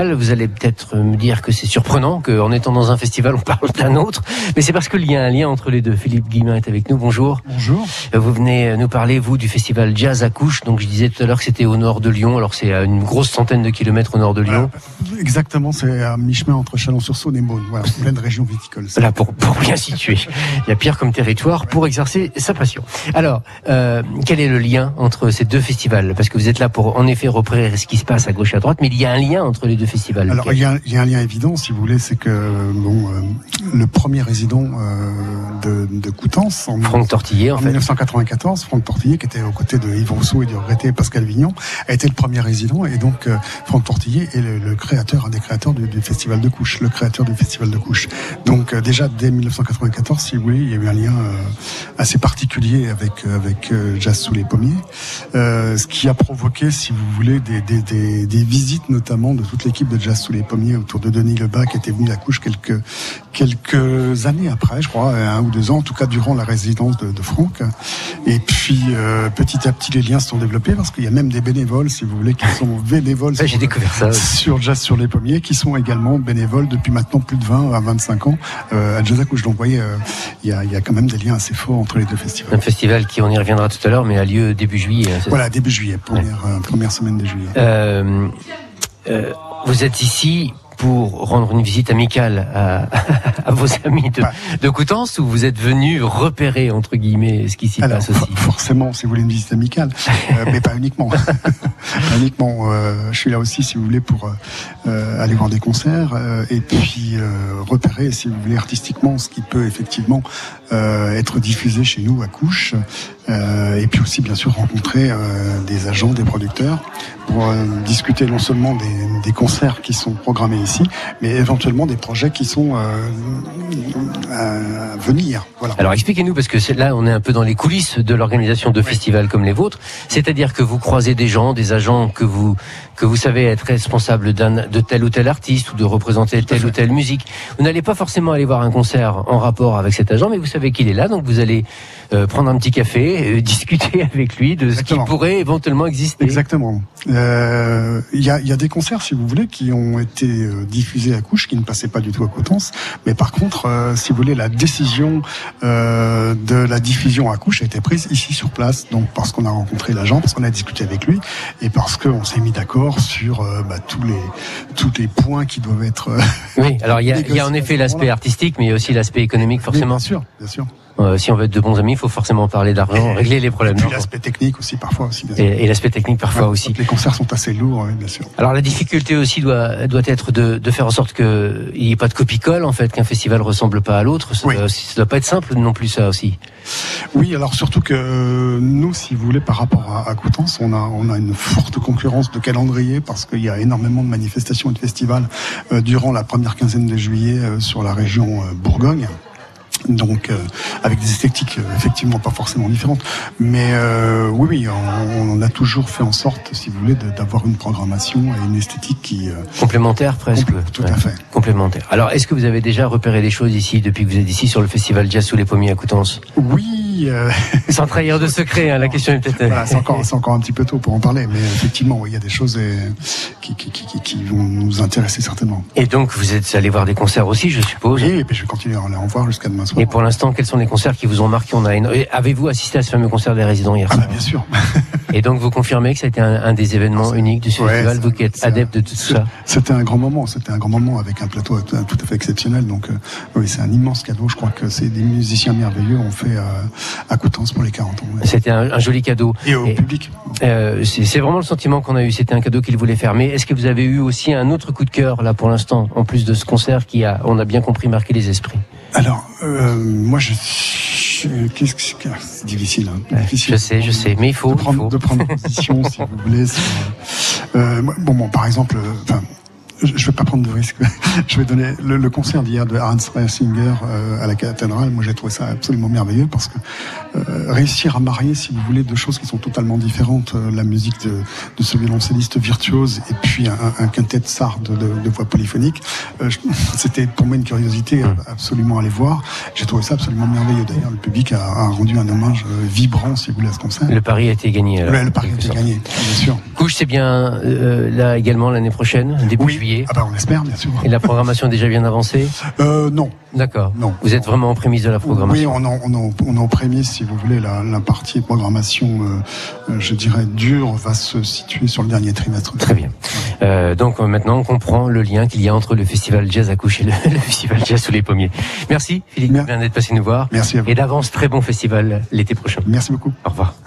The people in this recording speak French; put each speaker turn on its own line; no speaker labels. festival. Vous allez peut-être me dire que c'est surprenant qu'en étant dans un festival, on parle d'un autre. Mais c'est parce qu'il y a un lien entre les deux. Philippe Guillemin est avec nous. Bonjour.
Bonjour.
Vous venez nous parler, vous, du festival Jazz à Couche. Donc, je disais tout à l'heure que c'était au nord de Lyon. Alors, c'est à une grosse centaine de kilomètres au nord de Lyon.
Voilà. Exactement, c'est à mi-chemin entre Chalon-sur-Saône et Beaune. Voilà, en pleine région viticole.
Voilà, pour, pour bien situer. Il y a pire comme territoire pour exercer sa passion. Alors, euh, quel est le lien entre ces deux festivals Parce que vous êtes là pour, en effet, repérer ce qui se passe à gauche et à droite, mais il y a un lien entre les deux festivals.
Alors, il y, a, il y a un lien évident, si vous voulez, c'est que bon, euh, le premier résident euh, de, de Coutances, en,
Franck Tortillet, en,
en
fait.
1994, Franck Tortillet, qui était aux côtés de Yves Rousseau et du regretté Pascal Vignon, a été le premier résident. Et donc, euh, Franck Tortillet est le, le, créateur, un des créateurs du, du, Festival de Couche, le créateur du Festival de Couche. Donc, euh, déjà, dès 1994, si vous voulez, il y a eu un lien euh, assez particulier avec, euh, avec Jazz sous les pommiers, Euh, ce qui a provoqué, si vous voulez, des, des, des, des visites, notamment de toute l'équipe de Jazz sous les pommiers autour de Denis Lebas, qui était venu à Couche quelques, quelques années après, je crois, un ou deux ans, en tout cas durant la résidence de, de Franck. Et puis, euh, petit à petit, les liens se sont développés parce qu'il y a même des bénévoles, si vous voulez, qui sont bénévoles
ouais, sur, découvert ça, oui.
sur Jazz sur les pommiers, qui sont également bénévoles depuis maintenant plus de 20 à 25 ans euh, à Jazz à Couche. Donc, vous voyez, il euh, y, y, a, quand même des liens assez forts entre les deux festivals.
Un festival qui, on y reviendra tout à l'heure, mais a lieu début juillet. hein,
Voilà, début juillet, première, ouais. euh, première semaine de juillet.
Euh, vous êtes ici pour rendre une visite amicale à, à vos amis de, bah, de, Coutances ou vous êtes venu repérer entre guillemets ce qui s'y passe aussi
Forcément, si vous voulez une visite amicale, euh, mais pas uniquement. pas uniquement, euh, je suis là aussi si vous voulez pour euh, aller voir des concerts euh, et puis euh, repérer si vous voulez artistiquement ce qui peut effectivement euh, être diffusé chez nous à Couche. euh, et puis aussi bien sûr rencontrer euh, des agents, des producteurs pour euh, discuter non seulement des, des concerts qui sont programmés ici, mais éventuellement des projets qui sont euh, à venir. Voilà.
Alors expliquez-nous, parce que là on est un peu dans les coulisses de l'organisation de festivals comme les vôtres, c'est-à-dire que vous croisez des gens, des agents que vous, que vous savez être responsable de tel ou tel artiste ou de représenter telle ou telle musique. Vous n'allez pas forcément aller voir un concert en rapport avec cet agent, mais vous savez qu'il est là, donc vous allez euh, prendre un petit café, euh, discuter avec lui de Exactement. ce qui pourrait éventuellement exister.
Exactement. Il y, a, y a des concerts, si vous voulez, qui ont été diffusé à couche, qui ne passait pas du tout à Coutances. Mais par contre, euh, si vous voulez, la décision euh, de la diffusion à couche a été prise ici sur place. Donc parce qu'on a rencontré l'agent, parce qu'on a discuté avec lui, et parce qu'on s'est mis d'accord sur euh, bah, tous les tous les points qui doivent être. euh,
oui. Alors il y, y a, en effet l'aspect artistique, mais aussi l'aspect économique, forcément.
bien sûr, bien sûr.
Euh, si on veut être de bons amis, il faut forcément parler d'argent, régler les problèmes.
Et l'aspect technique aussi parfois aussi.
Bien sûr. Et, et l'aspect technique parfois ouais, aussi.
Les concerts sont assez lourds, oui, bien sûr.
Alors la difficulté aussi doit doit être de, de faire en sorte qu'il n'y ait pas de copie-colle en fait, qu'un festival ressemble pas à l'autre. Ça, oui. doit, ça doit pas être simple non plus ça aussi.
Oui, alors surtout que euh, nous, si vous voulez, par rapport à, à, Coutances, on a, on a une forte concurrence de calendrier parce qu'il y a énormément de manifestations et de festivals euh, durant la première quinzaine de juillet euh, sur la région Bourgogne donc euh, avec des esthétiques euh, effectivement pas forcément différentes mais euh, oui oui on, on, a toujours fait en sorte si vous voulez d'avoir une programmation et une esthétique qui euh,
complémentaire presque compl
tout ouais, à fait
complémentaire alors est-ce que vous avez déjà repéré des choses ici depuis que vous êtes ici sur le festival Jazz sous les pommiers à Coutances
oui euh,
sans trahir de secret, hein, la question est peut-être.
Voilà, c'est encore, encore, un petit peu tôt pour en parler, mais effectivement, il y a des choses euh, qui, qui, qui, qui vont nous intéresser certainement.
Et donc, vous êtes allé voir des concerts aussi, je suppose.
Oui, et puis je vais continuer à en voir jusqu'à demain soir.
Et pour l'instant, quels sont les concerts qui vous ont marqué On a une... avez-vous assisté à ce fameux concert des résidents hier
ah soir bah, Bien sûr.
Et donc, vous confirmez que ça a été un, un des événements uniques du festival, Ah, ouais, vous qui êtes adepte de tout ça.
C'était un grand moment, c'était un grand moment avec un plateau tout à fait exceptionnel. Donc, euh, oui, c'est un immense cadeau. Je crois que c'est des musiciens merveilleux ont fait euh, à Coutances pour les 40 ans. Ouais.
C'était un, un, joli cadeau.
Et au Et, public.
Euh, c'est vraiment le sentiment qu'on a eu. C'était un cadeau qu'il voulait faire. Mais est-ce que vous avez eu aussi un autre coup de cœur là pour l'instant, en plus de ce concert qui a, on a bien compris, marqué les esprits
Alors, euh, moi, je qu'est-ce que c'est difficile, hein.
ouais,
difficile,
Je sais, je sais, mais il faut
de prendre,
il faut.
De prendre position si vous voulez. Sur, euh, bon, bon, par exemple, euh, enfin, je ne vais pas prendre de risque. je vais donner le, le concert d'hier de Hans Reisinger euh, à la cathédrale. Moi, j'ai trouvé ça absolument merveilleux parce que euh, réussir à marier, si vous voulez, deux choses qui sont totalement différentes, euh, la musique de, de ce violoncelliste virtuose et puis un, un quintet de sard de, de, de voix polyphonique, euh, c'était pour moi une curiosité absolument à aller voir. J'ai trouvé ça absolument merveilleux. D'ailleurs, le public a, a, rendu un hommage euh, vibrant, si vous voulez, à ce concert.
Le pari a été gagné. euh, Alors,
le, le pari a été sorte. gagné, bien sûr.
Couche, c'est bien là également euh, l'année prochaine, début oui. juillet. février.
Ah bah on espère, bien sûr.
Et la programmation est déjà bien avancée
Euh, non,
D'accord.
non.
Vous êtes vraiment en prémisse de la
Oui,
programmation.
on en, on, en, on en prémisse, si vous voulez, la, la partie programmation, euh, euh, je dirais, dure, va se situer sur le dernier trimestre.
Très bien. Euh, donc euh, maintenant, on comprend le lien qu'il y a entre le festival jazz à couche et le, le festival jazz sous les pommiers. Merci Philippe
Merci.
bien d'être passé nous voir.
Merci à vous.
Et d'avance, très bon festival l'été prochain.
Merci beaucoup.
Au revoir.